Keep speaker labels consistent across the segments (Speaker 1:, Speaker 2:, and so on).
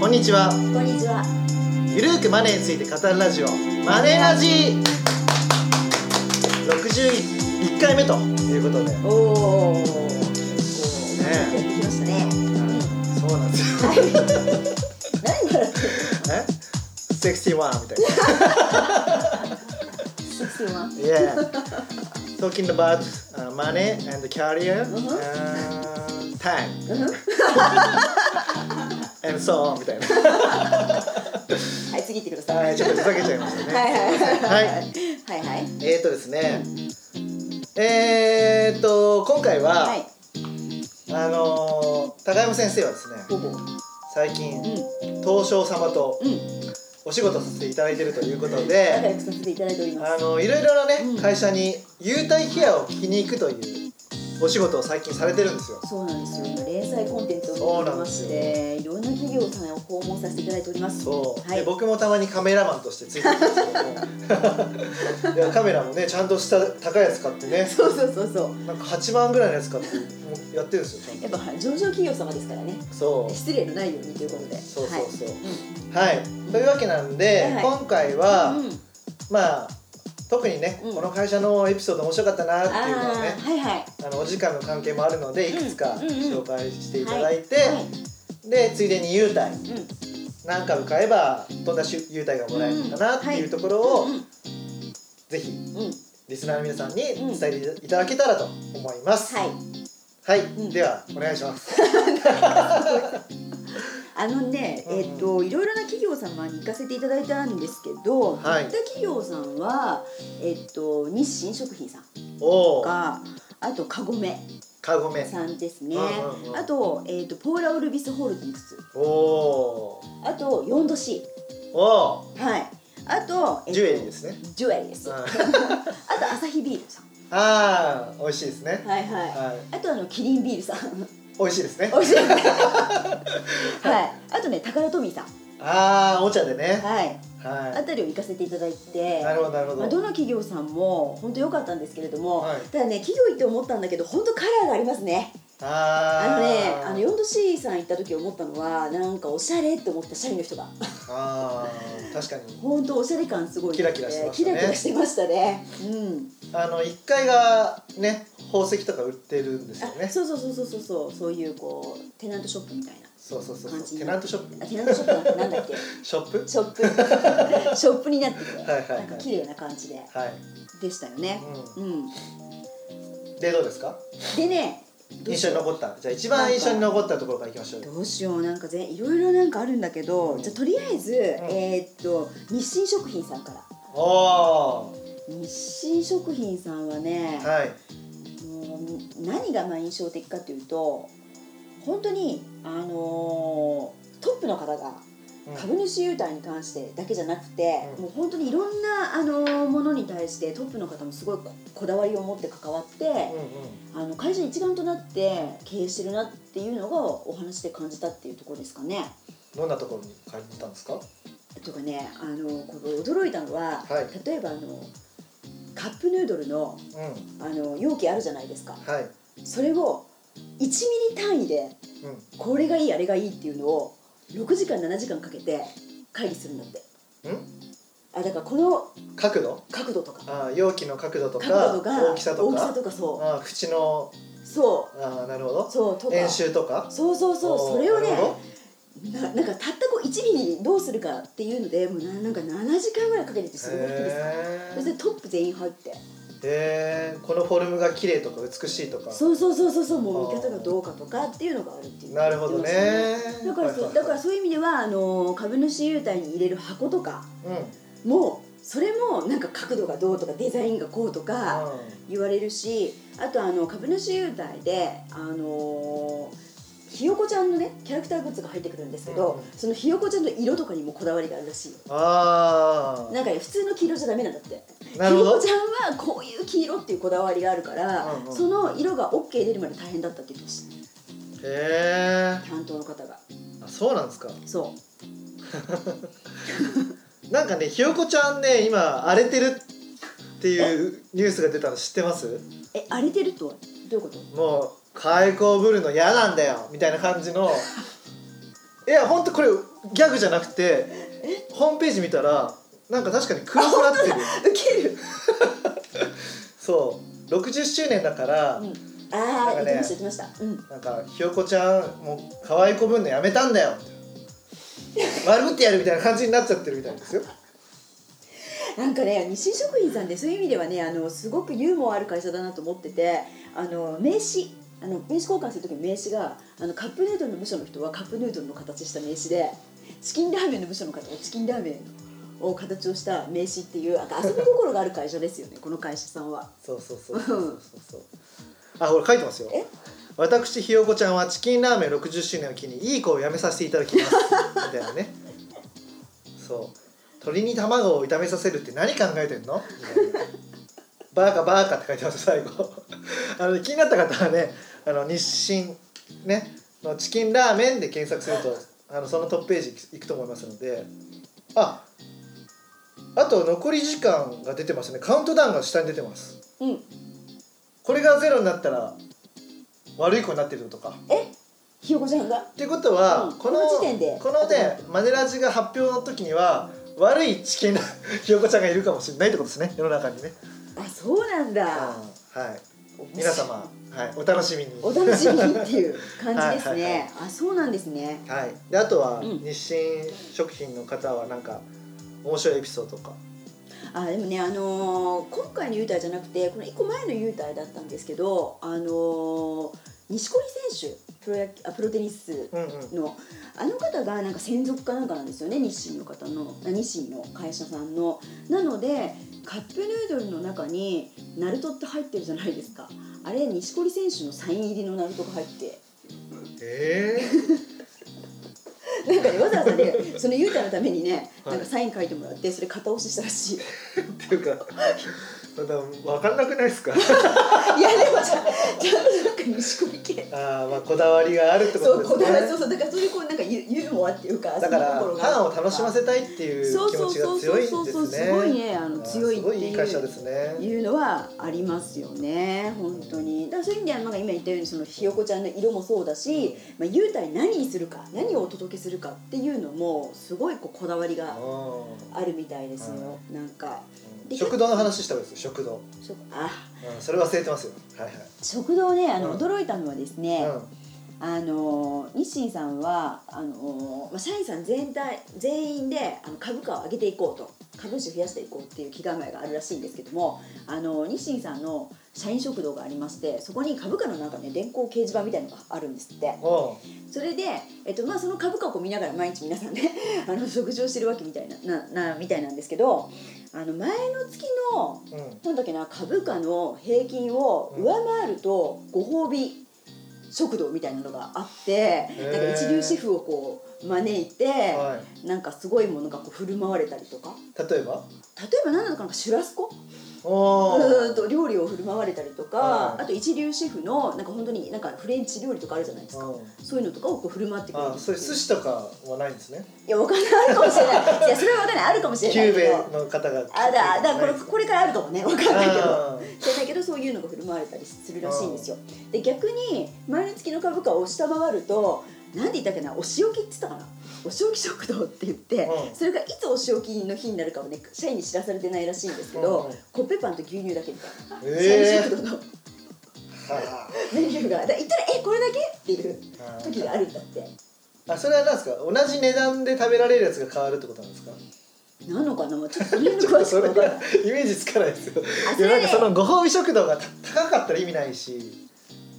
Speaker 1: こんにちは
Speaker 2: こんにちは。
Speaker 1: ゆるーくマネーについて語るラジオマネラジ61回目ということで
Speaker 2: おお。結構
Speaker 1: ね
Speaker 2: やってきましたね。
Speaker 1: そうなんですよ
Speaker 2: 何笑って
Speaker 1: え
Speaker 2: る
Speaker 1: 61みたいな
Speaker 2: すま
Speaker 1: Yeah. Talking about uh, money and career uh, time. and so on みたいな。
Speaker 2: はい、次行ってください。
Speaker 1: はい、ちょっとふざけちゃいましたね。
Speaker 2: はいはい
Speaker 1: は
Speaker 2: はいい。はいはい。
Speaker 1: えーとですね。えーと今回は、
Speaker 2: はい。
Speaker 1: あのー高山先生はですね、
Speaker 2: ほぼ。うん。
Speaker 1: 最近東証様と
Speaker 2: うん。
Speaker 1: お仕事させていただいているということ
Speaker 2: 仲
Speaker 1: で、
Speaker 2: 良くさせていただいております。
Speaker 1: あのいろいろなね、
Speaker 2: うん
Speaker 1: 会社に優待ケアを聞きに行くというお仕事を最近されてるんですよ。
Speaker 2: そうなんですよ。今連載コンテンツ
Speaker 1: そ
Speaker 2: を
Speaker 1: う
Speaker 2: 見て
Speaker 1: なんで
Speaker 2: ます
Speaker 1: よ
Speaker 2: して、いろんな企業さんを訪問させていただいております。
Speaker 1: そう、
Speaker 2: は
Speaker 1: で
Speaker 2: い。
Speaker 1: 僕もたまにカメラマンとしてついてるんですけ どもいやカメラもねちゃんとした高いやつ買ってね
Speaker 2: そうそうそうそう。
Speaker 1: なんか8万ぐらいのやつ買ってもうやってるんですよちゃ
Speaker 2: や
Speaker 1: んと
Speaker 2: っぱ上場企業様ですからね。
Speaker 1: そう
Speaker 2: 失礼のないようにということで。
Speaker 1: そう
Speaker 2: はい
Speaker 1: そうそうはい、というわけなんで、
Speaker 2: はいはい
Speaker 1: 今回は、
Speaker 2: うん。うん。
Speaker 1: まあ特にね、
Speaker 2: うん
Speaker 1: この会社のエピソード面白かったな
Speaker 2: あ
Speaker 1: っていうのをね
Speaker 2: あー、はいはい。
Speaker 1: あのお時間の関係もあるのでいくつか
Speaker 2: うんうんうん
Speaker 1: 紹介していただいて、
Speaker 2: はい。
Speaker 1: でついでに優待
Speaker 2: うん。
Speaker 1: 何株買えばどんなし優待がもらえるのかなっていうところを、
Speaker 2: うんうん
Speaker 1: ぜひ
Speaker 2: うん。
Speaker 1: リスナーの皆さんに伝えていただけたらと思います。
Speaker 2: はい。
Speaker 1: はい、
Speaker 2: ん
Speaker 1: ではお願いします。
Speaker 2: あのね、
Speaker 1: うん
Speaker 2: えっといろいろな企業様に行かせていただいたんですけど、
Speaker 1: はい
Speaker 2: 行った企業さんはえっと日清食品さんと
Speaker 1: おお、
Speaker 2: か、あとカゴメ
Speaker 1: カゴメ。
Speaker 2: さんですね
Speaker 1: うんうんう。ん
Speaker 2: あとえっとポーラオルビスホールディングス、
Speaker 1: おお
Speaker 2: あと4度 C、
Speaker 1: ー、おお、
Speaker 2: はい。あと、えっと
Speaker 1: ジュエリーですね。
Speaker 2: ジュエリーです。
Speaker 1: うん
Speaker 2: あとアサヒビールさん、
Speaker 1: ああ、美味しいですね。
Speaker 2: はいはい。
Speaker 1: はい、
Speaker 2: あとあのキリンビールさん、
Speaker 1: 美味しいですね
Speaker 2: 美。味しい。はい。あとねタカラトミーさん、
Speaker 1: ああ、お茶でね。
Speaker 2: はい。あ
Speaker 1: は
Speaker 2: たりを行かせていただいて。
Speaker 1: い。なるほど、なるほ
Speaker 2: まあ、
Speaker 1: ど。
Speaker 2: どの企業さんも本当良かったんですけれども、
Speaker 1: はい
Speaker 2: ただね企業行って思ったんだけど本当カラーがありますね
Speaker 1: あー
Speaker 2: あのねあの 4°C さん行った時思ったのはなんかおしゃれって思った社員の人が
Speaker 1: あー確かに。
Speaker 2: 本当おしゃれ感すごい
Speaker 1: キラキラしてましたね
Speaker 2: キラキラしてましたねうん
Speaker 1: あの一階がね、宝石とか売ってるんですよ
Speaker 2: あ
Speaker 1: ね。
Speaker 2: そうそうそうそうそうそうそういうこうテナントショップみたいな
Speaker 1: そうそうそう
Speaker 2: 感
Speaker 1: そ
Speaker 2: じ
Speaker 1: う。
Speaker 2: に
Speaker 1: テ
Speaker 2: な
Speaker 1: ナ
Speaker 2: っ
Speaker 1: ントショッ
Speaker 2: あテナントショップなんてなんだ っけ
Speaker 1: プ。ショップ。
Speaker 2: ショップ ショップになってて、
Speaker 1: はいはいはい
Speaker 2: なんか綺麗な感じで
Speaker 1: はい。
Speaker 2: でしたよね
Speaker 1: う
Speaker 2: うん、
Speaker 1: ん。で、どうですか。
Speaker 2: でねどう
Speaker 1: 印
Speaker 2: し
Speaker 1: 象
Speaker 2: よう
Speaker 1: に残った。じゃあ、一番印象に残ったところからいきましょうよ。
Speaker 2: どうしようなんかぜいろいろなんかあるんだけど、じゃあとりあえず、えーっと日清食品さんから
Speaker 1: おお。
Speaker 2: 日清食品さんはね、
Speaker 1: はい。
Speaker 2: もう何がまあ印象的かというと本当にあのートップの方が
Speaker 1: うん
Speaker 2: 株主優待に関してだけじゃなくて、
Speaker 1: うん
Speaker 2: もう本当にいろんな、あのーものに対してトップの方もすごいここだわりを持って関わって、
Speaker 1: うん
Speaker 2: あの会社一丸となって経営してるなっていうのがお話で感じたっていうところですかね。
Speaker 1: うん。どんなところに感じたんですか。
Speaker 2: とかねあのこれ驚いたのは、
Speaker 1: はい
Speaker 2: 例えばあのカップヌードルの
Speaker 1: うん。は
Speaker 2: あの容器あるじゃないですか
Speaker 1: い。
Speaker 2: それを1ミリ単位で
Speaker 1: うん。
Speaker 2: これがいいあれがいいっていうのを6時間7時間かけて会議するんだって
Speaker 1: ん
Speaker 2: あだからこの
Speaker 1: 角度。
Speaker 2: 角度とか
Speaker 1: あー容器の角度と
Speaker 2: 角
Speaker 1: か
Speaker 2: 度とか
Speaker 1: 大きさとか
Speaker 2: そ
Speaker 1: あー口の
Speaker 2: うそ
Speaker 1: あーなるほど
Speaker 2: うそうとか
Speaker 1: 演習とか
Speaker 2: そうそうそう
Speaker 1: おー
Speaker 2: それをね
Speaker 1: なるほ
Speaker 2: ななんかたったこう1ミリどうするかっていうのでもうななんか7時間ぐらいかけててすごいんですよ
Speaker 1: へ
Speaker 2: それでトップ全員入って
Speaker 1: えへーこのフォルムが綺麗とか美しいとか
Speaker 2: そうそうそうそうそうもう見方がどうかとかっていうのがあるっていう
Speaker 1: なるほどね
Speaker 2: だからそ
Speaker 1: はいはい
Speaker 2: う
Speaker 1: はい
Speaker 2: だからそういう意味ではあの株主優待に入れる箱とか
Speaker 1: うん、うん、
Speaker 2: もそれもなんか角度がどうとかデザインがこうとか言われるしあとあの株主優待であのひよこちゃんのねキャラクターグッズが入ってくるんですけど、
Speaker 1: う
Speaker 2: そのひよこちゃんの色とかにもこだわりがあるらしいよ
Speaker 1: あ
Speaker 2: なんかね普通の黄色じゃダメなんだって
Speaker 1: あなるほ
Speaker 2: ひよ
Speaker 1: ど
Speaker 2: こちゃんはこういう黄色っていうこだわりがあるから、
Speaker 1: うんうん
Speaker 2: その色が OK 出るまで大変だったって言ってました
Speaker 1: へえ
Speaker 2: 担当の方が
Speaker 1: そうなんですか
Speaker 2: そ
Speaker 1: なんかねひよこちゃんね今荒れてるっていうニュースが出たの知ってます
Speaker 2: うえ荒れてるとはどういうこと
Speaker 1: もう開口ぶるの嫌なんだよみたいな感じのいや本当これギャグじゃなくてホームページ見たらなんか確かに黒くなっ てる
Speaker 2: ウケる、
Speaker 1: そう60周年だから、
Speaker 2: うん、ああ、
Speaker 1: なんかね
Speaker 2: 言ってました言ってました、うん、
Speaker 1: なんかひよこちゃんもう可愛い子分のやめたんだよみたいな丸ぶってやるみたいな感じになっちゃってるみたいですよ
Speaker 2: なんかね日清食品さんってそういう意味ではねあのすごくユーモアある会社だなと思っててあの名刺あの名刺交換する時の名刺があのカップヌードルの部署の人はカップヌードルの形した名刺でチキンラーメンの部署の方はチキンラーメンを形をした名刺っていうあと遊び心がある会社ですよねこの会社さんは。
Speaker 1: そうそうそうそうそうそうあ俺書いてますよ
Speaker 2: え
Speaker 1: 私ひよこちゃんはチキンラーメン60周年を機にいい子をやめさせていただきますみたいなねそう鶏に卵を炒めさせるって何考えてんのみたいなバーカバーカって書いてます最後 あの気になった方はねあの日清ねのチキンラーメンで検索するとあのそのトップページ行くと思いますのでああと残り時間が出てますねカウントダウンが下に出てます
Speaker 2: うん、
Speaker 1: これがゼロになったら悪い子になってるとか。
Speaker 2: えひよこちゃんが
Speaker 1: っていうことは、
Speaker 2: うん
Speaker 1: この
Speaker 2: この時点で
Speaker 1: このねマネラジが発表の時には悪い知見な ひよこちゃんがいるかもしれないってことですね世の中にね。
Speaker 2: あそうなんだ、
Speaker 1: うんはい、皆様、はい、お楽しみに。
Speaker 2: お楽しみにっていう感じですね
Speaker 1: はいはい
Speaker 2: あそうなんですね
Speaker 1: はい、であとは、
Speaker 2: うん
Speaker 1: 日清食品の方はなんか面白いエピソードとか。
Speaker 2: あでもね、あのー今回の優待じゃなくてこの1個前の優待だったんですけど、あのー、錦織選手プロ野球あプロテニス
Speaker 1: うんうん。
Speaker 2: のあの方がなんか専属かなんかなんですよね日清の方のあ日清の会社さんのなのでカップヌードルの中にナルトって入ってるじゃないですかあれ錦織選手のサイン入りのナルトが入って
Speaker 1: え
Speaker 2: なんかねわざわざ ねその優待のためにね
Speaker 1: はい
Speaker 2: なんかサイン書いてもらってそれ片押ししたらしい
Speaker 1: え っていうか。まだ分かんなくないですか
Speaker 2: いやでもちゃんちゃんとなんか錦織系
Speaker 1: ああまあこだわりがあるってこ
Speaker 2: そ
Speaker 1: と
Speaker 2: う
Speaker 1: です
Speaker 2: こ
Speaker 1: ね
Speaker 2: だわりそうそうだからそういうこうなんかユユーモアっていうか
Speaker 1: だから
Speaker 2: そう
Speaker 1: フ
Speaker 2: いうところが
Speaker 1: ァンを楽しませたいっていう
Speaker 2: そう
Speaker 1: 気
Speaker 2: そ
Speaker 1: 持
Speaker 2: う
Speaker 1: ちが
Speaker 2: そう
Speaker 1: 強い
Speaker 2: そ
Speaker 1: ん
Speaker 2: う
Speaker 1: で
Speaker 2: そう
Speaker 1: すね。
Speaker 2: すごいねあの
Speaker 1: あー
Speaker 2: 強い
Speaker 1: す
Speaker 2: って
Speaker 1: ご
Speaker 2: いう
Speaker 1: いいい会社ですね。
Speaker 2: いうのはありますよね本当にだからそういう意味ではなんか今言ったようにそのひよこちゃんの色もそうだし、まあ、優待何にするか何をお届けするかっていうのもすごいこうこだわりが
Speaker 1: う
Speaker 2: あるみたいですよなんか
Speaker 1: ん食堂の話した方がいいですよ食堂、
Speaker 2: 食あ
Speaker 1: うん、それ忘れてますよはいは
Speaker 2: 食堂ねあの、
Speaker 1: うん
Speaker 2: 驚いたのはですね、
Speaker 1: い、うん、
Speaker 2: あの日清さんはあの、まあ、社員さん全体全員であの株価を上げていこうと株主増やしていこうっていう気構えがあるらしいんですけどもあの日清さんの社員食堂がありましてそこに株価のなんかね電光掲示板みたいのがあるんですって
Speaker 1: お
Speaker 2: それで、えっとまあ、その株価をこう見ながら毎日皆さんね あの食事をしてるわけみたいなななみたいなんですけどあの前の月の
Speaker 1: う、うん、
Speaker 2: なんだっけな株価の平均を上回るとご褒美食堂みたいなのがあってなんか
Speaker 1: へー
Speaker 2: 一流シェフをこう招いて
Speaker 1: は
Speaker 2: なんかすごいものがこう振る舞われたりとか
Speaker 1: い例えば
Speaker 2: 例えば何だったかなんかシュラスコ
Speaker 1: おお
Speaker 2: うーんと料理を振る舞われたりとか
Speaker 1: はい
Speaker 2: あと一流シェフのなんか本当になんかフレンチ料理とかあるじゃないですかそういうのとかをこう振る舞ってくれる
Speaker 1: あそういう寿司とかはないんですね
Speaker 2: いやわかんないあるかもしれないいやそれはわかんないあるかもし
Speaker 1: キ
Speaker 2: れな
Speaker 1: ュ
Speaker 2: い
Speaker 1: ー
Speaker 2: け
Speaker 1: ベの
Speaker 2: ど
Speaker 1: 方が
Speaker 2: あだだこれこれからあるかもねわかん ないけど。
Speaker 1: あ
Speaker 2: じゃないけどそういうのが振る舞われたりするらしいんですよ。で逆に前の月の株価を下回ると何て言ったっけなお仕置きって言ったかなお仕置き食堂って言って、
Speaker 1: うん
Speaker 2: それがいつお仕置きの日になるかをね社員に知らされてないらしいんですけど、
Speaker 1: うん
Speaker 2: コッペパンと牛乳だけみたいな、
Speaker 1: ー
Speaker 2: 社員
Speaker 1: え
Speaker 2: 食堂の
Speaker 1: ーは
Speaker 2: メニューがだから言ったら「えこれだけ?」っていう
Speaker 1: あはあ
Speaker 2: 時があるんだって。
Speaker 1: あそれはなんですか同じ値段で食べられるやつが変わるってことなんですか
Speaker 2: なのかなちょっとそれに
Speaker 1: ちょっと
Speaker 2: 詳しく
Speaker 1: それ
Speaker 2: 分から
Speaker 1: が
Speaker 2: ない。
Speaker 1: イメージつかないですよ。
Speaker 2: あ
Speaker 1: い
Speaker 2: そ
Speaker 1: やな
Speaker 2: れ
Speaker 1: ん
Speaker 2: ね
Speaker 1: かそのご褒美食堂がた高かったら意味ないし、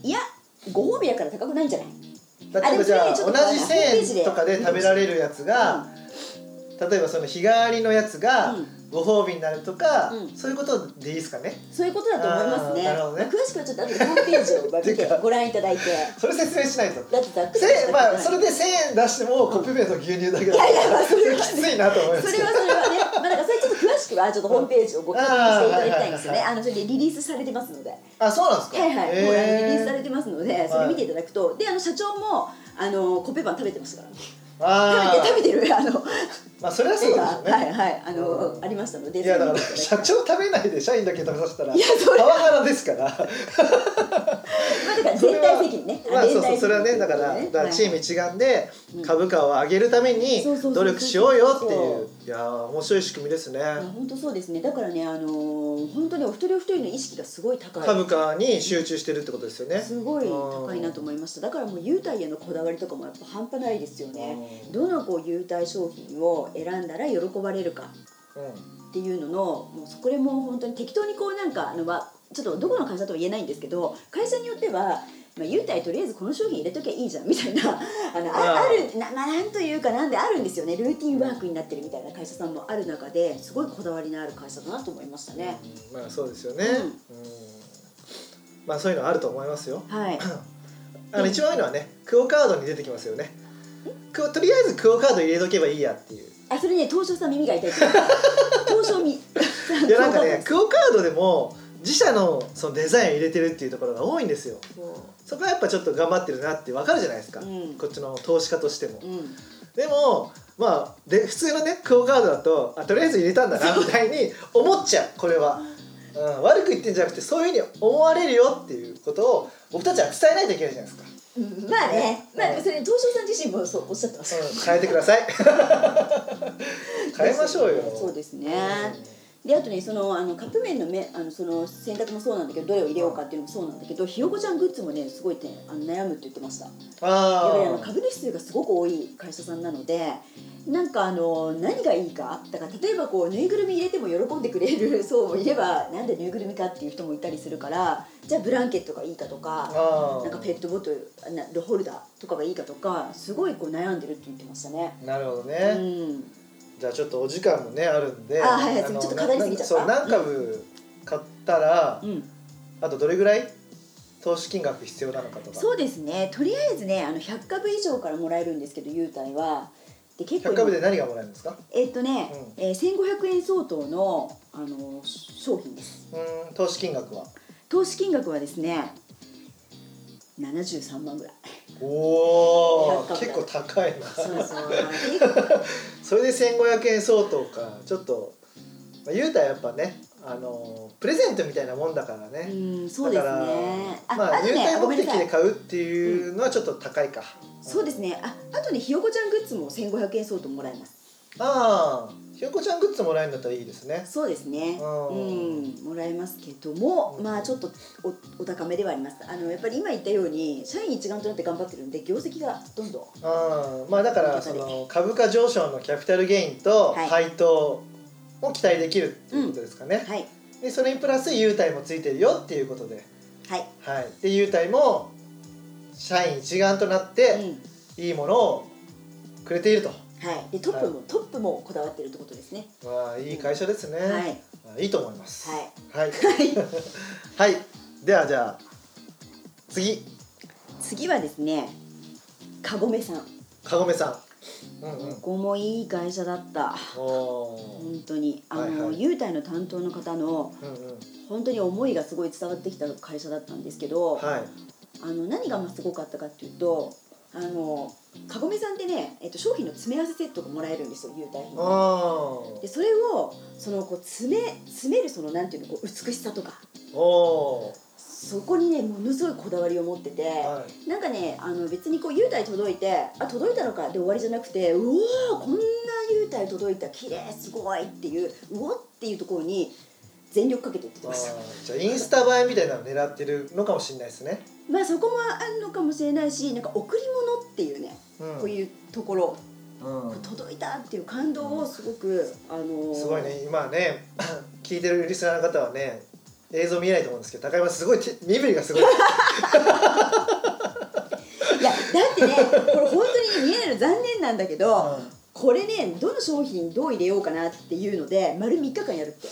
Speaker 2: いやご褒美やから高くないんじゃない
Speaker 1: 例えばじゃあ
Speaker 2: でもそれねち
Speaker 1: 同
Speaker 2: ょっと
Speaker 1: じ
Speaker 2: ホームページ
Speaker 1: 1000
Speaker 2: で
Speaker 1: 円とかで食べられるやつが、例えばその日替わりのやつが
Speaker 2: うん
Speaker 1: ご褒美になるとか、
Speaker 2: うん
Speaker 1: そういうことでいいですかね。
Speaker 2: そういうことだと思いますね。
Speaker 1: あーなるほどね
Speaker 2: 詳しくはちょっと後でホームページを 見
Speaker 1: て
Speaker 2: て
Speaker 1: か
Speaker 2: ご覧いただいて。
Speaker 1: それ説明しないと。
Speaker 2: だってざっくりとし
Speaker 1: せ
Speaker 2: た
Speaker 1: まあ
Speaker 2: ことない
Speaker 1: それで1000円出してもコッペペンと牛乳だけだ
Speaker 2: いやいやまあそれは
Speaker 1: きついなと思いま
Speaker 2: そ
Speaker 1: す
Speaker 2: れはそれはね、まあ、だからそれちょっと詳しくはちょっとホームページをご確認していただきたいんですよね。
Speaker 1: あー
Speaker 2: あのそれでリリースされてますので、はい
Speaker 1: あそうなんですか。
Speaker 2: はい、もうあのリリ
Speaker 1: へー
Speaker 2: ースされてますので、それ見ていただくと、であの社長もあのコッペパン食べてますから。
Speaker 1: ああ
Speaker 2: 食べて食べてるあの
Speaker 1: まあそれはそう
Speaker 2: 絵
Speaker 1: で
Speaker 2: が
Speaker 1: すよね、
Speaker 2: はいはいあの、
Speaker 1: うん
Speaker 2: ありましたので
Speaker 1: いやだから
Speaker 2: そ
Speaker 1: 社
Speaker 2: れ
Speaker 1: 長食べないで社員だけ食べさせたら
Speaker 2: いやそれ
Speaker 1: パワハラですから
Speaker 2: まあだから
Speaker 1: それ
Speaker 2: 全
Speaker 1: は
Speaker 2: 体的にね
Speaker 1: まあそう
Speaker 2: 全体的
Speaker 1: そう
Speaker 2: に
Speaker 1: それはねだから
Speaker 2: ね
Speaker 1: だからチーム一丸で
Speaker 2: うん
Speaker 1: 株価を上げるために
Speaker 2: そうそうそうそう
Speaker 1: 努力しようよっていういやー面白い仕組みですね
Speaker 2: いや本当そうですねだからねあのー本当にお一人お一人の意識がすごい高い
Speaker 1: 株価に集中してるってことですよね
Speaker 2: すごい高いなと思いましただからもう優待へのこだわりとかもやっぱ半端ないですよね
Speaker 1: うん
Speaker 2: どのこう優待商品を選んだら喜ばれるか
Speaker 1: うん
Speaker 2: っていうののもうそこでもう本当に適当にこうなんかあのわちょっとどこの会社とは言えないんですけど会社によっては。まあ、優待とりあえずこの商品入れときゃいいじゃんみたいな あの
Speaker 1: あ
Speaker 2: あ
Speaker 1: ー
Speaker 2: あるな,、まあ、なんというかなんであるんですよねルーティンワークになってるみたいな会社さんもある中ですごいこだわりのある会社だなと思いましたね。
Speaker 1: まあそうですよねうんまあそういうのあると思いますよ
Speaker 2: はい、
Speaker 1: あの一番多いのはねクオカードに出てきますよねクオとりあえずクオカード入れとけばいいやっていう
Speaker 2: あそれね東証さん耳が痛いって言ってた東証み
Speaker 1: いやなんかねクオカードでも自社のそのデザインを入れてるっていうところが多いんですよ
Speaker 2: そ
Speaker 1: そこはやっぱちょっと頑張ってるなってわかるじゃないですか、
Speaker 2: うん
Speaker 1: こっちの投資家としても
Speaker 2: う、うん、
Speaker 1: でもまあで普通のねクオカードだとあとりあえず入れたんだなみたいに思っちゃうこれは、うん、悪く言ってんじゃなくてそういうふうに思われるよっていうことを僕たちは伝えないといけないじゃないですか、
Speaker 2: うんまあね、まあ、
Speaker 1: うん
Speaker 2: それ東証さん自身もそうおっしゃってました
Speaker 1: うん、変えてくだ さい変えましょうよ
Speaker 2: そうですね、であとねそのあのカップ麺のめあのその選択もそうなんだけどどれを入れようかっていうのもそうなんだけどひよこちゃんグッズもねすごいねあの悩むって言ってましたやっ
Speaker 1: あ
Speaker 2: ぱりあの
Speaker 1: ー
Speaker 2: 株主数がすごく多い会社さんなのでなんかあの何がいいかだから例えばこうぬいぐるみ入れても喜んでくれる 層もいればなんでぬいぐるみかっていう人もいたりするからじゃあブランケットがいいかとか
Speaker 1: あー
Speaker 2: なんかペットボトルあなルホルダーとかがいいかとかすごいこう悩んでるって言ってましたね。
Speaker 1: なるほどね、
Speaker 2: うん、
Speaker 1: じゃあちょっとお時間もねあるんで
Speaker 2: あはいはい
Speaker 1: あの
Speaker 2: ちょっと語りすぎちゃった
Speaker 1: なそう何株買ったら、
Speaker 2: うん、
Speaker 1: あとどれぐらい投資金額必要なのかとか
Speaker 2: そうですねとりあえずねあの100株以上からもらえるんですけど優待はで結構
Speaker 1: 100
Speaker 2: 今
Speaker 1: 株で何がもらえるんですか
Speaker 2: えっとね、
Speaker 1: う
Speaker 2: えー1500円相当のあの商品です
Speaker 1: うーん投資金額は
Speaker 2: 投資金額はですね73万ぐらい
Speaker 1: おお
Speaker 2: 100株
Speaker 1: 結構高いな
Speaker 2: そうそう結構
Speaker 1: それで1500円相当かちょっとまあ言うたらやっぱねあのプレゼントみたいなもんだから
Speaker 2: う
Speaker 1: ね、
Speaker 2: んそうで
Speaker 1: だ
Speaker 2: すね
Speaker 1: からまあ入会目的で
Speaker 2: い
Speaker 1: 買うっていうのはちょっと高いか、
Speaker 2: そうですねああとねひよこちゃんグッズも1500円相当もらえます
Speaker 1: ああひよこちゃんグッズもらえるんだったらいいですね
Speaker 2: そうですね。
Speaker 1: う
Speaker 2: うんん、もらえますけども、
Speaker 1: うん
Speaker 2: まあちょっとおお高めではあります。あのやっぱり今言ったように社員一丸となって頑張ってるんで業績がどんどん。
Speaker 1: あーまあだからそ
Speaker 2: ということで
Speaker 1: の株価上昇のキャピタルゲインと
Speaker 2: はい
Speaker 1: 配当を期待できるっていうことですかね、
Speaker 2: はい
Speaker 1: でそれにプラス優待もついてるよっていうことで,、
Speaker 2: はい。
Speaker 1: はい、で優待も社員一丸となって
Speaker 2: うん
Speaker 1: いいものをくれていると、
Speaker 2: はい。でトップもトップもこだわってるってことですね。
Speaker 1: わあいい会社ですね、
Speaker 2: はいはいい
Speaker 1: い、いと思います
Speaker 2: はい
Speaker 1: はい、はい、ではじゃあ次
Speaker 2: 次はですね、かごめさん。
Speaker 1: かごめさん、うんうん
Speaker 2: こ、こもいい会社だった。
Speaker 1: おー
Speaker 2: 本当にあの、
Speaker 1: はいはい
Speaker 2: 優待の担当の方の
Speaker 1: うんうん
Speaker 2: 本当に思いがすごい伝わってきた会社だったんですけど、
Speaker 1: はい
Speaker 2: あの何がまあすごかったかっていうとあのかごめさんってね、えっと、商品の詰め合わせセットがもらえるんですよ優待品
Speaker 1: あ
Speaker 2: が
Speaker 1: ー
Speaker 2: でそれをそのこう詰め詰めるそのなんていうのこう美しさとか
Speaker 1: お
Speaker 2: そこにねものすごいこだわりを持ってて、
Speaker 1: ーはい
Speaker 2: なんかねあの別にこう優待届いてあ届いたのかで終わりじゃなくてうおーこんな優待届いた綺麗すごいっていううおっていうところに全力かけていっ
Speaker 1: あ
Speaker 2: てました。
Speaker 1: ーじゃあインスタ映えみたいなの狙ってるのかもしれないですね。
Speaker 2: まあそこもあるのかもしれないしなんか贈り物っていうね
Speaker 1: うん
Speaker 2: こういうところ
Speaker 1: うん
Speaker 2: 届いたっていう感動をすごく、あのー
Speaker 1: すごいね今ね 聞いてるリスナーの方はね映像見えないと思うんですけど高山すごい手身振りがすごい
Speaker 2: いやだってねこれ本当に見えないの残念なんだけど、
Speaker 1: うん
Speaker 2: これねどの商品どう入れようかなっていうので丸3日間やるって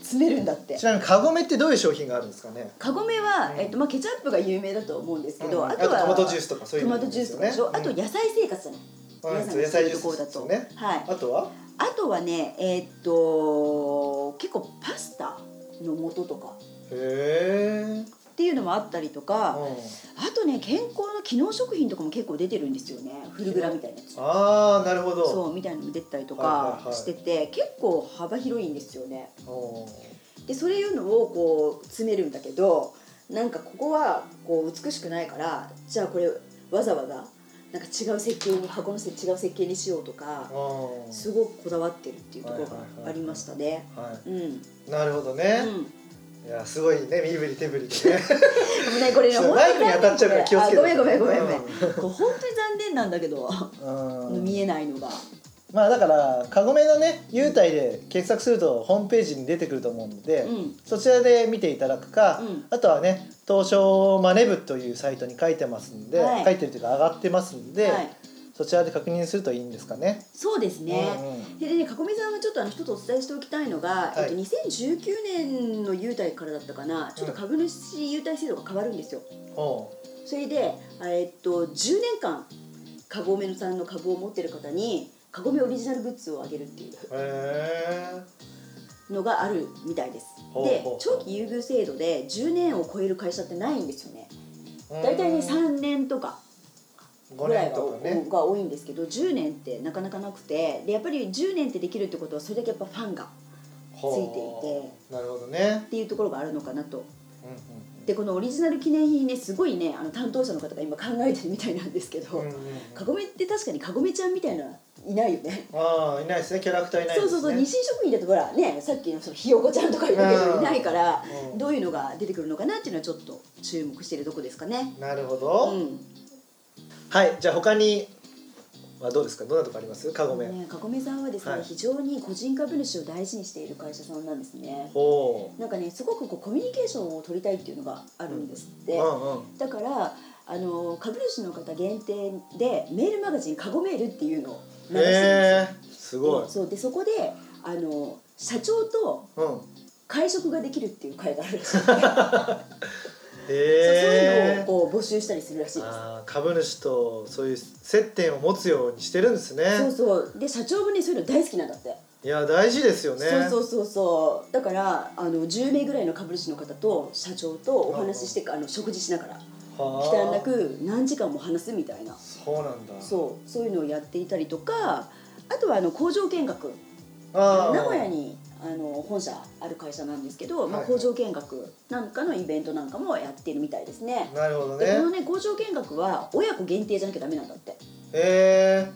Speaker 2: 詰めるんだって
Speaker 1: ちなみにカゴメってどういう商品があるんですかね
Speaker 2: カゴメは、
Speaker 1: うん
Speaker 2: えっとまあ、ケチャップが有名だと思うんですけど、
Speaker 1: うん
Speaker 2: あとは
Speaker 1: あとトマトジュースとかそういう
Speaker 2: ト
Speaker 1: の
Speaker 2: マトジュースとかでし
Speaker 1: で
Speaker 2: ょ、
Speaker 1: す
Speaker 2: あ
Speaker 1: よ
Speaker 2: と
Speaker 1: ね
Speaker 2: 野菜生活じゃない、
Speaker 1: うん
Speaker 2: 皆さんが知ってるところだと、
Speaker 1: そう野菜ジュースです
Speaker 2: はい
Speaker 1: あとは
Speaker 2: あとはねえっと結構パスタの素とか
Speaker 1: へえ
Speaker 2: っていうのもあったりとか、あとね健康の機能食品とかも結構出てるんですよねフルグラみたいなやつ
Speaker 1: ああなるほど
Speaker 2: そうみたいなのも出てたりと
Speaker 1: は
Speaker 2: か
Speaker 1: いはいはい
Speaker 2: してて、結構幅広いんですよね
Speaker 1: おー
Speaker 2: でそういうのをこう詰めるんだけどなんかここはこう美しくないからじゃあこれわざわざなんか違う設計に箱のせ違う設計にしようとか
Speaker 1: おー
Speaker 2: すごくこだわってるっていうところがありましたね。
Speaker 1: は
Speaker 2: うん、うん、
Speaker 1: い、なるほど
Speaker 2: で
Speaker 1: ね、
Speaker 2: も
Speaker 1: いやすごいね身振り手振りでね
Speaker 2: ねこれ ね
Speaker 1: ちょっとマイクに当たっちゃうから気をつけて
Speaker 2: あごめんごめんごめんごめん、こう本当に残念なんだけど
Speaker 1: うん
Speaker 2: 見えないのが
Speaker 1: まあだからカゴメのね優待で検索するとホームページに出てくると思うので、
Speaker 2: うん
Speaker 1: そちらで見ていただくか、
Speaker 2: うん
Speaker 1: あとはね東証マネブというサイトに書いてますんで、
Speaker 2: はい
Speaker 1: 書いてるというか上がってますんで、
Speaker 2: はい、
Speaker 1: そちらで確認するといいんですかね。
Speaker 2: そうですね、
Speaker 1: うんうん
Speaker 2: でねかこみさんがちょっとあの一つお伝えしておきたいのが、
Speaker 1: はい
Speaker 2: えっと、2019年の優待からだったかなちょっと株主優待制度が変わるんですよ
Speaker 1: おう
Speaker 2: それで、あえっと、10年間かごめさんの株を持ってる方にかごめオリジナルグッズをあげるっていう
Speaker 1: へえ
Speaker 2: のがあるみたいです
Speaker 1: ほうほう
Speaker 2: で
Speaker 1: ほう
Speaker 2: 長期優遇制度で10年を超える会社ってないんですよね大体ね3年とか
Speaker 1: 5
Speaker 2: ぐらい
Speaker 1: 年
Speaker 2: が,、
Speaker 1: とかね。
Speaker 2: が多いんですけど10年ってなかなかなくてでやっぱり10年ってできるってことはそれだけやっぱファンが
Speaker 1: ほうなるほどね
Speaker 2: っ。ていうところがあるのかなと
Speaker 1: うんうんうん
Speaker 2: でこのオリジナル記念品ねすごいねあの担当者の方が今考えてるみたいなんですけど、
Speaker 1: うんうんうん
Speaker 2: カゴメって確かにカゴメちゃんみたいないないよね。
Speaker 1: ああいないですねキャラクターいない
Speaker 2: そ
Speaker 1: で
Speaker 2: うそう
Speaker 1: す
Speaker 2: そう
Speaker 1: ね
Speaker 2: 日。清食品だとほらねさっきのそのひよこちゃんとかいるけどいないから
Speaker 1: うん
Speaker 2: どういうのが出てくるのかなっていうのはちょっと注目してるとこですかね。
Speaker 1: なるほ
Speaker 2: う
Speaker 1: ど。
Speaker 2: ん、
Speaker 1: はいじゃあ他にはどうですかどんなとこありますカゴメ。
Speaker 2: ねカゴメさんはですね、
Speaker 1: はい
Speaker 2: 非常に個人株主を大事にしている会社さんなんですね。
Speaker 1: ほ
Speaker 2: なんかねすごくこうコミュニケーションを取りたいっていうのがあるんですっ
Speaker 1: う。
Speaker 2: て、だからあの株主の方限定でメールマガジン「カゴメール」っていうのを流してるんですよ
Speaker 1: へえすごい
Speaker 2: で。そうでそこであの社長と
Speaker 1: うん。
Speaker 2: 会食ができるっていう会があるらしい、
Speaker 1: へ
Speaker 2: そう
Speaker 1: え。
Speaker 2: そういうのをこう募集したりするらしいです。
Speaker 1: ああ株主とそういう接点を持つようにしてるんですね。
Speaker 2: そうそうで社長もねそういうの大好きなんだって、
Speaker 1: いや大事ですよね。
Speaker 2: そうそうそうそうだからあの10名ぐらいの株主の方と社長とお話ししてあの食事しながら
Speaker 1: は
Speaker 2: 忌
Speaker 1: あ
Speaker 2: 憚なく何時間も話すみたいな
Speaker 1: そうなんだ。
Speaker 2: そうそういうのをやっていたりとかあとはあの工場見学
Speaker 1: ああ
Speaker 2: 名古屋にあの本社ある会社なんですけど、まあ、
Speaker 1: はいは
Speaker 2: 工
Speaker 1: い
Speaker 2: 場見学なんかのイベントなんかもやってるみたいですね。
Speaker 1: なるほどね。
Speaker 2: でこのね工場見学は親子限定じゃなきゃダメなんだって。っ
Speaker 1: へえ。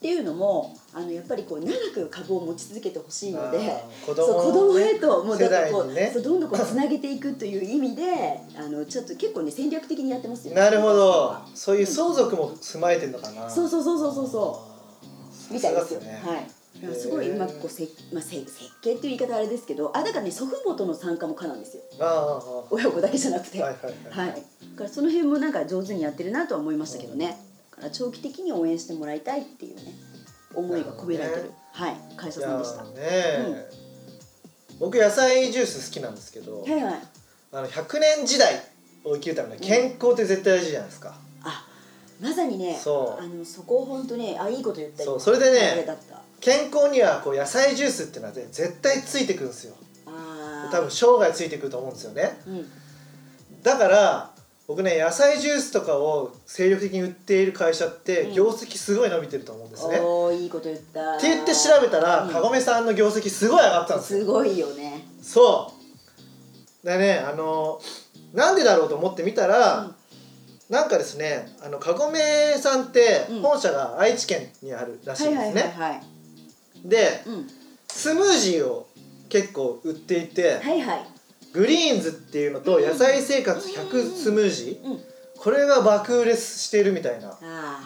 Speaker 2: ていうのもあのやっぱりこう長く株を持ち続けてほしいの
Speaker 1: あ
Speaker 2: で。
Speaker 1: ー子
Speaker 2: そう子供へともうだ
Speaker 1: 世
Speaker 2: から
Speaker 1: 代
Speaker 2: こ
Speaker 1: に
Speaker 2: う、
Speaker 1: ね
Speaker 2: そうどんどんこうつなげていくという意味であのちょっと結構ね戦略的にやってますよね
Speaker 1: なるほどそういう相続も踏まえてんのかな、
Speaker 2: そうそうそうそうそうそ
Speaker 1: そう
Speaker 2: みたいですよ
Speaker 1: ね、
Speaker 2: はいだから
Speaker 1: へー
Speaker 2: すごいうまくこうせ、まあ、せ設計っていう言い方はあれですけどあだからね祖父母との参加も可なんですよ
Speaker 1: あああああ
Speaker 2: 親子だけじゃなく
Speaker 1: あ
Speaker 2: て
Speaker 1: はいはいはい、
Speaker 2: はい、だからその辺もなんか上手にやってるなとは思いましたけどね、だから長期的に応援してもらいたいっていうね思いが込められてる、
Speaker 1: なるほどね
Speaker 2: はい会社
Speaker 1: いや
Speaker 2: さんでしたは
Speaker 1: ーねえ、僕野菜ジュース好きなんですけど、
Speaker 2: いはい
Speaker 1: あの100年時代を生きるための健康って絶対大事じゃないですか、
Speaker 2: あまさにね
Speaker 1: そう
Speaker 2: あのそこを本当ねあいいこと言った
Speaker 1: そう
Speaker 2: 今
Speaker 1: それでね
Speaker 2: あれだった
Speaker 1: 健康にはこう野菜ジュースってのはね絶対ついてくるんですよ
Speaker 2: あー
Speaker 1: 多分生涯ついてくると思うんですよね
Speaker 2: うん
Speaker 1: だから僕ね野菜ジュースとかを精力的に売っている会社って
Speaker 2: うん
Speaker 1: 業績すごい伸びてると思うんですね、
Speaker 2: おーいいこと言った
Speaker 1: って言って調べたら、
Speaker 2: うん
Speaker 1: カゴメさんの業績すごい上がったんです
Speaker 2: す
Speaker 1: よ
Speaker 2: ごいよね
Speaker 1: そうでねあのなんでだろうと思ってみたら、
Speaker 2: うん
Speaker 1: なんかですねあのカゴメさんって
Speaker 2: うん
Speaker 1: 本社が愛知県にあるらしい
Speaker 2: は
Speaker 1: んで
Speaker 2: い
Speaker 1: すね、
Speaker 2: はいはいはい
Speaker 1: で
Speaker 2: うん
Speaker 1: スムージーを結構売っていて、
Speaker 2: はいはい
Speaker 1: グリーンズっていうのと
Speaker 2: うん
Speaker 1: 野菜生活
Speaker 2: うんうん
Speaker 1: 100スムージー、
Speaker 2: うん
Speaker 1: これが爆売れしてるみたいな
Speaker 2: あ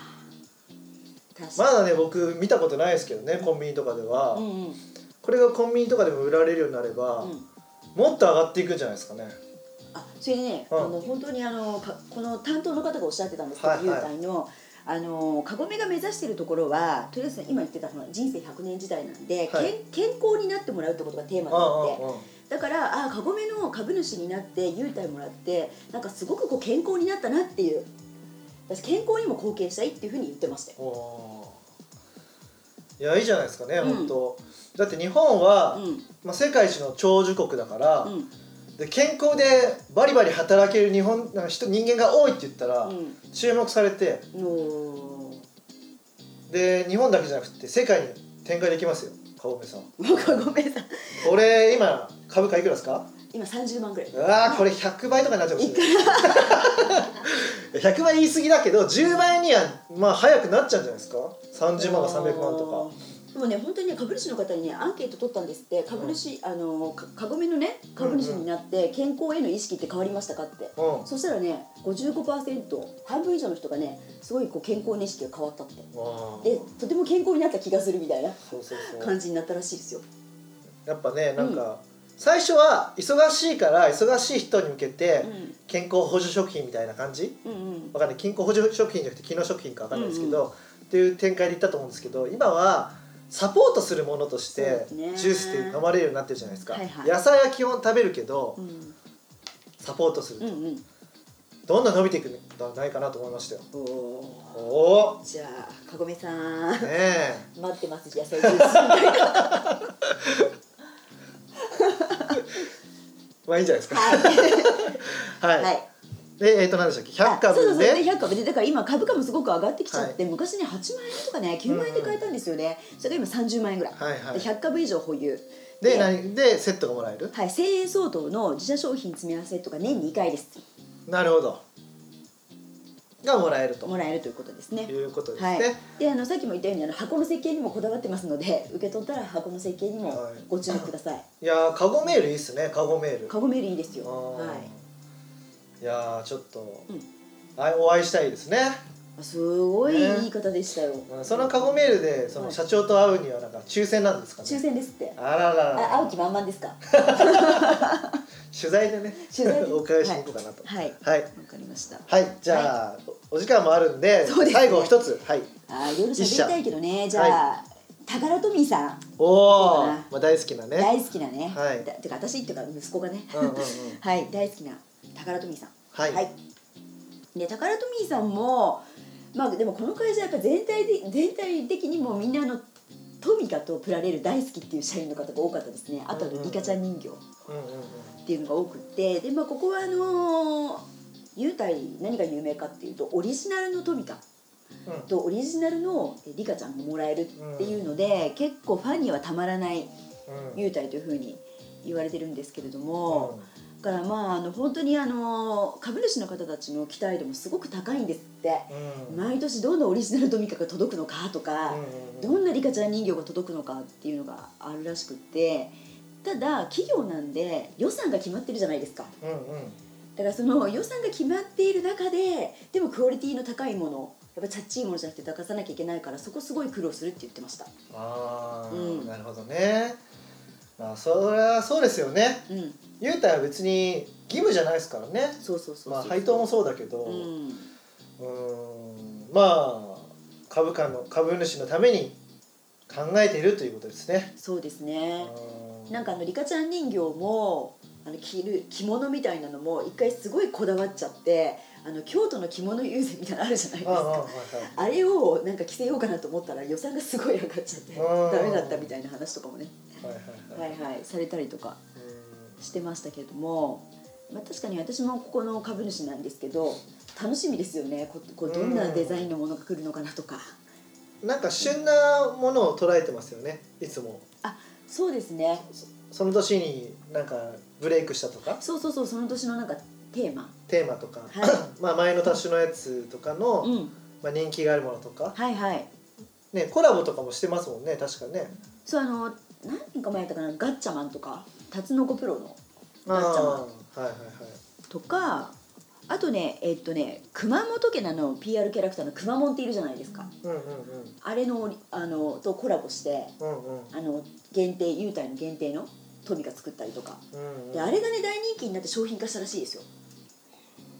Speaker 2: ー確
Speaker 1: ま
Speaker 2: か
Speaker 1: だね僕見たことないですけどねコンビニとかでは、
Speaker 2: に、うんうん
Speaker 1: これがコンビニとかでも売られるようになれば、
Speaker 2: うん
Speaker 1: もっと上がっていくんじゃないですかね
Speaker 2: あそれでね、
Speaker 1: うん
Speaker 2: あの本当にあのかこの担当の方がおっしゃってたんですけど、
Speaker 1: はいはい
Speaker 2: 優待の。あのカゴメが目指しているところはとりあえず今言ってたこの人生100年時代なんで、
Speaker 1: はい
Speaker 2: けん健康になってもらうってことがテーマになって
Speaker 1: うんうんうん
Speaker 2: だからあカゴメの株主になって優待もらってなんかすごくこう健康になったなっていう私健康にも貢献したいっていうふうに言ってましたよ。
Speaker 1: おーいやいいじゃないですかね、
Speaker 2: うん
Speaker 1: 本当だって日本は、
Speaker 2: うん
Speaker 1: まあ、世界一の長寿国だから、
Speaker 2: うん
Speaker 1: で健康でバリバリ働ける日本なんか人人間が多いって言ったら
Speaker 2: う
Speaker 1: 注目されて
Speaker 2: ん、お
Speaker 1: で日本だけじゃなくて世界に展開できますよカゴメさん
Speaker 2: ー ごめんなさい
Speaker 1: 俺今株価いくらですか
Speaker 2: 今30万ぐらいう
Speaker 1: わーこれ100倍とかになっちゃうかもしれ ない100倍言い過ぎだけど10倍にはまあ早くなっちゃうんじゃないですか30万が300万と
Speaker 2: かでもね本当にね株主の方にねアンケート取ったんですって株主、あのかカゴメのね株主になって健康への意識って変わりましたかって、
Speaker 1: かうん
Speaker 2: そしたらね55%半分以上の人がねすごいこう健康の意識が変わったって
Speaker 1: わー
Speaker 2: でとても健康になった気がするみたいな
Speaker 1: そうそうそう
Speaker 2: 感じになったらしいですよ
Speaker 1: やっぱねなんか、最初は忙しいから忙しい人に向けて
Speaker 2: う
Speaker 1: 健康補助食品みたいな感じ
Speaker 2: んうんうん
Speaker 1: わかんない健康補助食品じゃなくて機能食品かわかんないですけど、っていう展開でいったと思うんですけど今はサポートするものとし
Speaker 2: そう
Speaker 1: て
Speaker 2: ですね
Speaker 1: ジュースって飲まれるようになってるじゃないですか、
Speaker 2: はいはい
Speaker 1: 野菜は基本食べるけど、
Speaker 2: うん
Speaker 1: サポートすると、
Speaker 2: うんうん
Speaker 1: どんどん伸びていくのではないかなと思いましたよ
Speaker 2: おお
Speaker 1: おお
Speaker 2: じゃあかごめさん
Speaker 1: ね え
Speaker 2: 待ってます野菜ジュースみたいな
Speaker 1: まあいいんじゃないですか
Speaker 2: は
Speaker 1: はい、
Speaker 2: い、 はい
Speaker 1: でえっ、と何でしたっけ100
Speaker 2: あ
Speaker 1: 株
Speaker 2: そうそうそう
Speaker 1: で
Speaker 2: で100株でだから今株価もすごく上がってきちゃって、昔ね8万円とかね9万円で買えたんですよね、それが今30万円ぐらい、
Speaker 1: はいはい
Speaker 2: で100株以上保有
Speaker 1: で何でセットがもらえる
Speaker 2: はい、1000円相当の自社商品詰め合わせとか年2回です
Speaker 1: なるほどがもらえると
Speaker 2: もらえるということですね
Speaker 1: いうことですね、
Speaker 2: はい、であのさっきも言ったようにあの箱の設計にもこだわってますので受け取ったら箱の設計にも
Speaker 1: はい
Speaker 2: ご注目ください、
Speaker 1: い、やーカゴメールいいっすねカゴメール
Speaker 2: カゴメールいいです
Speaker 1: あ
Speaker 2: よ
Speaker 1: ー
Speaker 2: はい
Speaker 1: いやーちょっと、
Speaker 2: うん
Speaker 1: あお会いしたいですね、
Speaker 2: あすごい
Speaker 1: ね
Speaker 2: いい方でしたよ、
Speaker 1: うんそのカゴメールでその社長と会うにはなんか抽選なんですかね
Speaker 2: 抽選ですって
Speaker 1: あららら
Speaker 2: あ会う気満々ですか
Speaker 1: 取材でね
Speaker 2: 取材 で
Speaker 1: お伺いしに行こうかなと
Speaker 2: はいわ
Speaker 1: はい
Speaker 2: かりました
Speaker 1: はい、じゃあ、おお時間もあるんで、
Speaker 2: そうですね
Speaker 1: 最後一つ、はい。
Speaker 2: あーいろいろ喋りたいけどねじゃあ、タカラトミーさん
Speaker 1: お
Speaker 2: そう
Speaker 1: お
Speaker 2: だな、
Speaker 1: まあ大好きなね。
Speaker 2: 大好きなね、
Speaker 1: はい
Speaker 2: だてか私っていうか息子がね、
Speaker 1: うんうんうん
Speaker 2: はい大好きなタカラトミーさん
Speaker 1: はい
Speaker 2: でタカラトミーさんもまあでもこの会社やっぱ全体で全体的にもうみんなあのトミカとプラレール大好きっていう社員の方が多かったですねあとあ
Speaker 1: うんう
Speaker 2: の
Speaker 1: ん
Speaker 2: リカちゃん人形っ
Speaker 1: うんうんうん。
Speaker 2: ていうのが多くってでまあここはあの優待何が有名かっていうとオリジナルのトミカ
Speaker 1: うん
Speaker 2: とオリジナルのリカちゃんがもらえるっていうので、結構ファンにはたまらない
Speaker 1: うん。
Speaker 2: 優待というふうに言われてるんですけれども、だからまああの本当にあの株主の方たちの期待度もすごく高いんですって、
Speaker 1: うん。うん。
Speaker 2: 毎年どんなオリジナルトミカが届くのかとか、
Speaker 1: うん
Speaker 2: どんなリカちゃん人形が届くのかっていうのがあるらしくってただ企業なんで予算が決まってるじゃないですか
Speaker 1: うんうん。
Speaker 2: だからその予算が決まっている中ででもクオリティの高いものやっぱチャッチいものじゃなくて出さなきゃいけないからそこすごい苦労するって言ってました
Speaker 1: あ
Speaker 2: うん
Speaker 1: あ、なるほどね。まあ、そりゃそうですよね。
Speaker 2: うん
Speaker 1: 優待は別に義務じゃないですからね。
Speaker 2: そうそうそうそう
Speaker 1: まあ、配当もそうだけど。
Speaker 2: う
Speaker 1: うんーん。まあ、株価の株主のために考えているということですね。
Speaker 2: そうですね、
Speaker 1: う
Speaker 2: なんかあのリカちゃん人形もあの着る着物みたいなのも一回すごいこだわっちゃってあの京都の着物友禅みたいなのあるじゃないです
Speaker 1: うんうんはい
Speaker 2: か。
Speaker 1: はい。
Speaker 2: あれをなんか着せようかなと思ったら予算がすごい上がっちゃって
Speaker 1: うん
Speaker 2: ダメだったみたいな話とかもね、
Speaker 1: はいはいは
Speaker 2: はいいはい、されたりとか
Speaker 1: う
Speaker 2: してましたけれども、まあ、確かに私もここの株主なんですけど楽しみですよねここうどんなデザインのものが来るのかなとか
Speaker 1: んなんか旬なものを捉えてますよねいつも
Speaker 2: そうですね
Speaker 1: その年になんかブレイクしたとか
Speaker 2: そうそうそうその年のなんかテーマ、
Speaker 1: テーマとか、
Speaker 2: は
Speaker 1: まあ前の年のやつとか の、
Speaker 2: うん、
Speaker 1: まあ、人気があるものとか、
Speaker 2: はいはい
Speaker 1: ね、コラボとかもしてますもんね確かね
Speaker 2: そうあの何年か前やったかなガッチャマンとかタツノコプロのガッチャマ
Speaker 1: あ
Speaker 2: ン
Speaker 1: あーはいはいはい
Speaker 2: とかあとねえっとね熊本家のあの PR キャラクターのくまモンっているじゃないですか
Speaker 1: うんうん
Speaker 2: あれのあのとコラボして
Speaker 1: うんうんうん
Speaker 2: あの限定優待の限定のトミカ作ったりとか
Speaker 1: うんうん
Speaker 2: であれがね大人気になって商品化したらしいですよ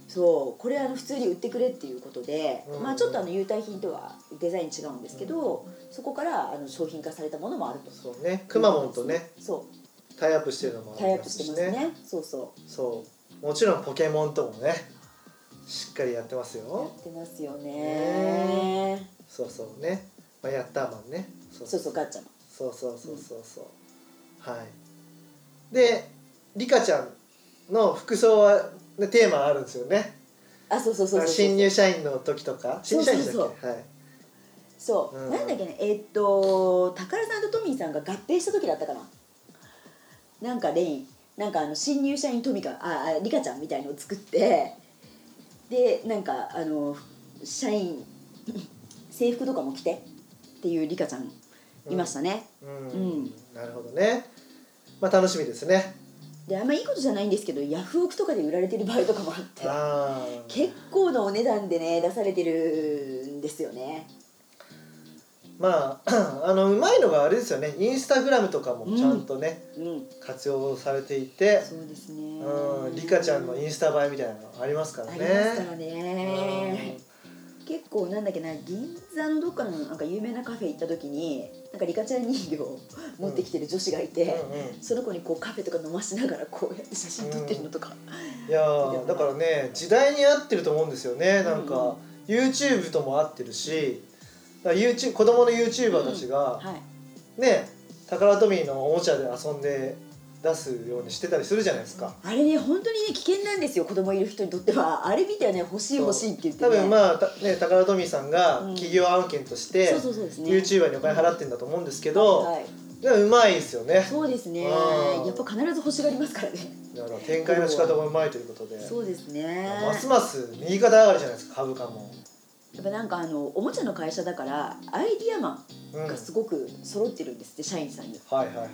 Speaker 2: そうこれあの普通に売ってくれっていうことで、
Speaker 1: うん
Speaker 2: まあちょっとあの優待品とはデザイン違うんですけど、そこからあの商品化されたものもあると
Speaker 1: そうねくまモンとね
Speaker 2: そう
Speaker 1: タイアップしてるのもあ
Speaker 2: タイ
Speaker 1: り
Speaker 2: アッ
Speaker 1: ま
Speaker 2: プし
Speaker 1: す
Speaker 2: て
Speaker 1: し
Speaker 2: ますね
Speaker 1: ね
Speaker 2: そうそう
Speaker 1: そうもちろんポケモンともねしっかりやってます
Speaker 2: や
Speaker 1: よ
Speaker 2: ってますよ
Speaker 1: ね
Speaker 2: ね
Speaker 1: そうそうね、まあ、やったーマンねそう
Speaker 2: そうそうガッチャマン
Speaker 1: そうそうそうそうそう、はいでリカちゃんの服装はねテーマあるんですよね
Speaker 2: あそうそうそうそうそう
Speaker 1: 新入社員の時とか新入社員でした
Speaker 2: そう
Speaker 1: っけはい
Speaker 2: そう、
Speaker 1: うん
Speaker 2: なんだっけねえーっと宝さんとトミーさんが合併した時だったかななんかレインなんかあの新入社員トミカああリカちゃんみたいのを作ってでなんかあの社員制服とかも着てっていうリカちゃんいましたね、
Speaker 1: うん、
Speaker 2: うん
Speaker 1: なるほどねまあ楽しみですね
Speaker 2: であんまいいことじゃないんですけどヤフオクとかで売られてる場合とかもあって
Speaker 1: ああ
Speaker 2: 結構なお値段でね出されてるんですよね
Speaker 1: まあ あのうまいのがあれですよねインスタグラムとかもちゃんとね、
Speaker 2: うん
Speaker 1: 活用されていて
Speaker 2: そうですね
Speaker 1: うんリカちゃんのインスタ映えみたいなのありますから
Speaker 2: あ
Speaker 1: ね
Speaker 2: りますからね結構なんだっけな銀座のどっかのなんか有名なカフェ行った時になんかリカちゃん人形を持ってきてる女子がいて、
Speaker 1: うんうんうん
Speaker 2: その子にこうカフェとか飲ましながらこうやって写真撮ってるのとか、
Speaker 1: いやーだからね時代に合ってると思うんですよねなんか、
Speaker 2: うん
Speaker 1: YouTube とも合ってるしだから YouTube 子供の YouTuber たちが、
Speaker 2: はい
Speaker 1: ねタカラトミーのおもちゃで遊んで出すようにしてたりするじゃないですか、
Speaker 2: あれね本当にね危険なんですよ子供いる人にとってはあれ見てはね欲しい欲しいって言って、
Speaker 1: 多
Speaker 2: ね、
Speaker 1: 分まあたねタカラトミーさんが
Speaker 2: うん
Speaker 1: 企業案件として、
Speaker 2: そうそうそうですね
Speaker 1: YouTuber にお金払ってんだと思うんですけど、
Speaker 2: はい、
Speaker 1: でもうまいですよね
Speaker 2: そうですね
Speaker 1: うん
Speaker 2: やっぱ必ず欲しがりますからね
Speaker 1: だから展開の仕方もうまいということで
Speaker 2: そうですね
Speaker 1: ますます右肩上がりじゃないですか株価も、
Speaker 2: やっぱなんかあのおもちゃの会社だからアイディアマ
Speaker 1: うん、
Speaker 2: ン
Speaker 1: はい
Speaker 2: がすごく揃ってるんですって社員さんに
Speaker 1: はいは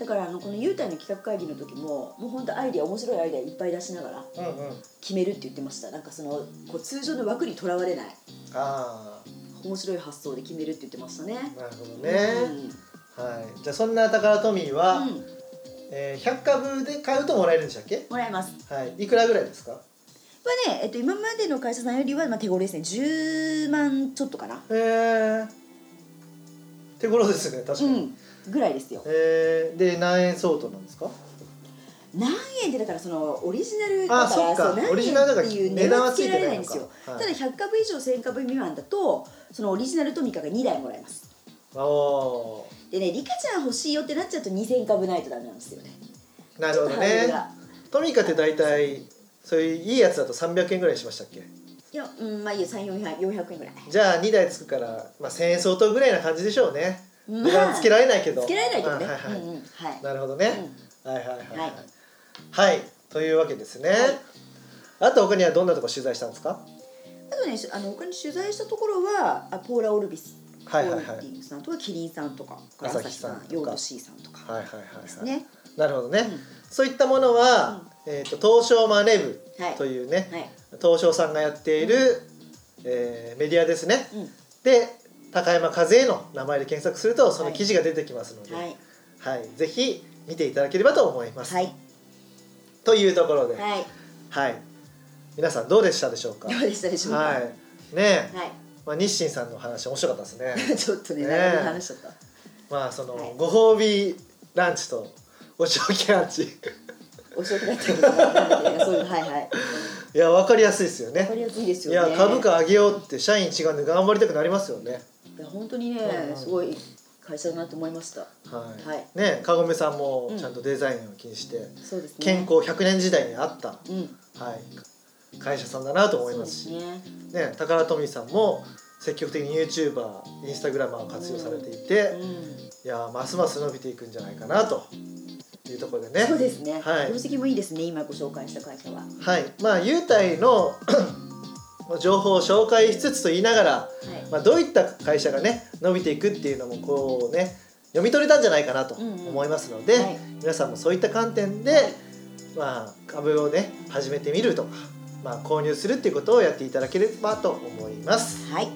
Speaker 2: だからあのこの優待の企画会議の時ももう本当アイディア面白いアイディアいっぱい出しながら
Speaker 1: いうんうん
Speaker 2: 決めるって言ってましたなんかそのこう通常の枠にとらわれない
Speaker 1: あ
Speaker 2: 面白い発想で決めるって言ってましたね
Speaker 1: あなるほどね、はいじゃあそんな宝トミー
Speaker 2: う
Speaker 1: は、
Speaker 2: ん、うん
Speaker 1: えー、100株で買うともらえるんでしたっけ
Speaker 2: もらえます
Speaker 1: はいいくらぐらいですか
Speaker 2: これね、えっと、今までの会社さんよりはまあ手頃ですね10万ちょっとかな
Speaker 1: へえ手頃ですね確か
Speaker 2: う
Speaker 1: に、
Speaker 2: んぐらいですよ
Speaker 1: えー、で何円相当なんですか
Speaker 2: 何円ってだからそのオリジナルだ
Speaker 1: あ
Speaker 2: か
Speaker 1: そ
Speaker 2: ら
Speaker 1: っか
Speaker 2: そう
Speaker 1: オリジナルだから
Speaker 2: 何円ってい
Speaker 1: 値
Speaker 2: う値
Speaker 1: 段
Speaker 2: 段
Speaker 1: は
Speaker 2: は
Speaker 1: つ
Speaker 2: つ
Speaker 1: い
Speaker 2: け
Speaker 1: て
Speaker 2: られ
Speaker 1: な
Speaker 2: ない
Speaker 1: いの
Speaker 2: んで
Speaker 1: か
Speaker 2: すよ、
Speaker 1: はい
Speaker 2: ただ100株以上1000株未満だとそのオリジナルトミカが2台もらえます
Speaker 1: おー
Speaker 2: でねリカちゃん欲しいよってなっちゃうと2000株ないとダメなんですよね
Speaker 1: なるほど
Speaker 2: ハード
Speaker 1: ね
Speaker 2: ルが
Speaker 1: トミカって大体そういういいやつだと300円ぐらいしましたっけ
Speaker 2: いやうんまあいいよ3400 400円ぐらい
Speaker 1: じゃあ2台つくから、まあ、1000円相当ぐらいな感じでしょうね
Speaker 2: まあ
Speaker 1: 値段つけられないけど
Speaker 2: つけられないけどね、
Speaker 1: うんはいはい
Speaker 2: うんうんはい
Speaker 1: なるほどね、はいはいはいはい
Speaker 2: はい
Speaker 1: はい、というわけですね、あと他にはどんなとこ取材したんですか
Speaker 2: あとねしあの他に取材したところはあポーラ・オルビス
Speaker 1: はいはいはい
Speaker 2: ホールディングスさんとかキリンさんとか
Speaker 1: 朝日さんとか
Speaker 2: ヨードシーさんとか
Speaker 1: はいはいはいはい
Speaker 2: ですね、
Speaker 1: なるほどね、
Speaker 2: うん
Speaker 1: そういったものは、えー、と東証マネブ
Speaker 2: はい
Speaker 1: というね、
Speaker 2: はい
Speaker 1: 東証さんがやっている、えーメディアですね、
Speaker 2: うん
Speaker 1: で高山和恵の名前で検索するとその記事が出てきますので、
Speaker 2: は
Speaker 1: はい
Speaker 2: い
Speaker 1: ぜひ見ていただければと思います、
Speaker 2: はい
Speaker 1: というところで、はい
Speaker 2: はい
Speaker 1: 皆さんどうでしたでしょうか
Speaker 2: どうでしたでしょうか
Speaker 1: は
Speaker 2: はい
Speaker 1: ねえ、まあ、日清さんの話面白かったですね
Speaker 2: ちょっとね
Speaker 1: ね
Speaker 2: 長く話しちゃった
Speaker 1: まあその、
Speaker 2: はい
Speaker 1: ご褒美ランチとご賞金ランチ
Speaker 2: お仕事だったけどなんかそういうのはいはい
Speaker 1: いや分かりやすいですよ
Speaker 2: わか
Speaker 1: ね
Speaker 2: りやすいです
Speaker 1: い
Speaker 2: よ
Speaker 1: や
Speaker 2: ね
Speaker 1: 株価上げようって社員一丸で頑張りたくなりますよね
Speaker 2: いや本当にね
Speaker 1: うんうん
Speaker 2: すごい会社だなと思いました
Speaker 1: はい、
Speaker 2: はい
Speaker 1: ねかごめさんもちゃんとデザインを気にして、
Speaker 2: そうですね
Speaker 1: 健康100年時代に合った、
Speaker 2: うん
Speaker 1: はい、会社さんだなと思い
Speaker 2: そう
Speaker 1: ま
Speaker 2: です
Speaker 1: し
Speaker 2: すね
Speaker 1: ね宝富さんも積極的に YouTuber インスタグラマーを活用されていて、
Speaker 2: う
Speaker 1: い
Speaker 2: ん
Speaker 1: やますます伸びていくんじゃないかなというところでね
Speaker 2: そうですね。
Speaker 1: はい
Speaker 2: 業績もいいですね。今ご紹介した会社は。は
Speaker 1: はいまあ優待の 情報を紹介しつつと言いながら、
Speaker 2: い。
Speaker 1: まあ、どういった会社がね伸びていくっていうのもこうね読み取れたんじゃないかなと
Speaker 2: うんうん
Speaker 1: 思いますので、
Speaker 2: はい
Speaker 1: 皆さんもそういった観点で、まあ、株をね始めてみるとか、まあ、購入するっていうことをやっていただければと思います。
Speaker 2: はい。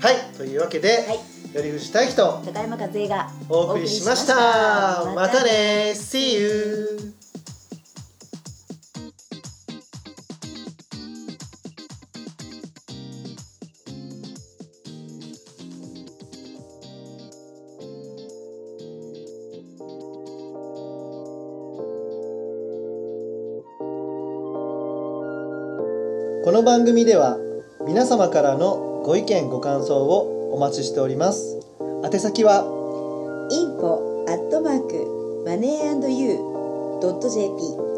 Speaker 1: はいというわけで、
Speaker 2: はい。
Speaker 1: より口大輝と
Speaker 2: 高山和恵が
Speaker 1: お送りしました。
Speaker 2: お送りし
Speaker 1: また。ね See you!「この番組では皆様からのご意見ご感想をお待ちしております。宛先は「
Speaker 2: インコアットマークマネーアンドユードット JP。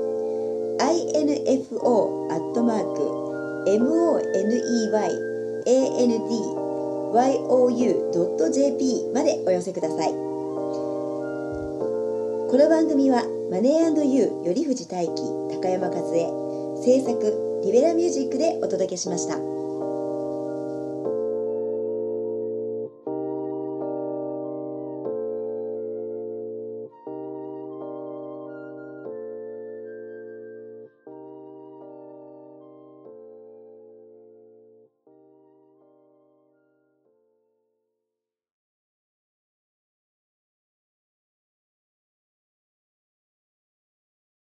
Speaker 2: info.moneyandou.jp までお寄せくださいこの番組はマネーユーより藤大輝高山和恵制作リベラミュージックでお届けしました。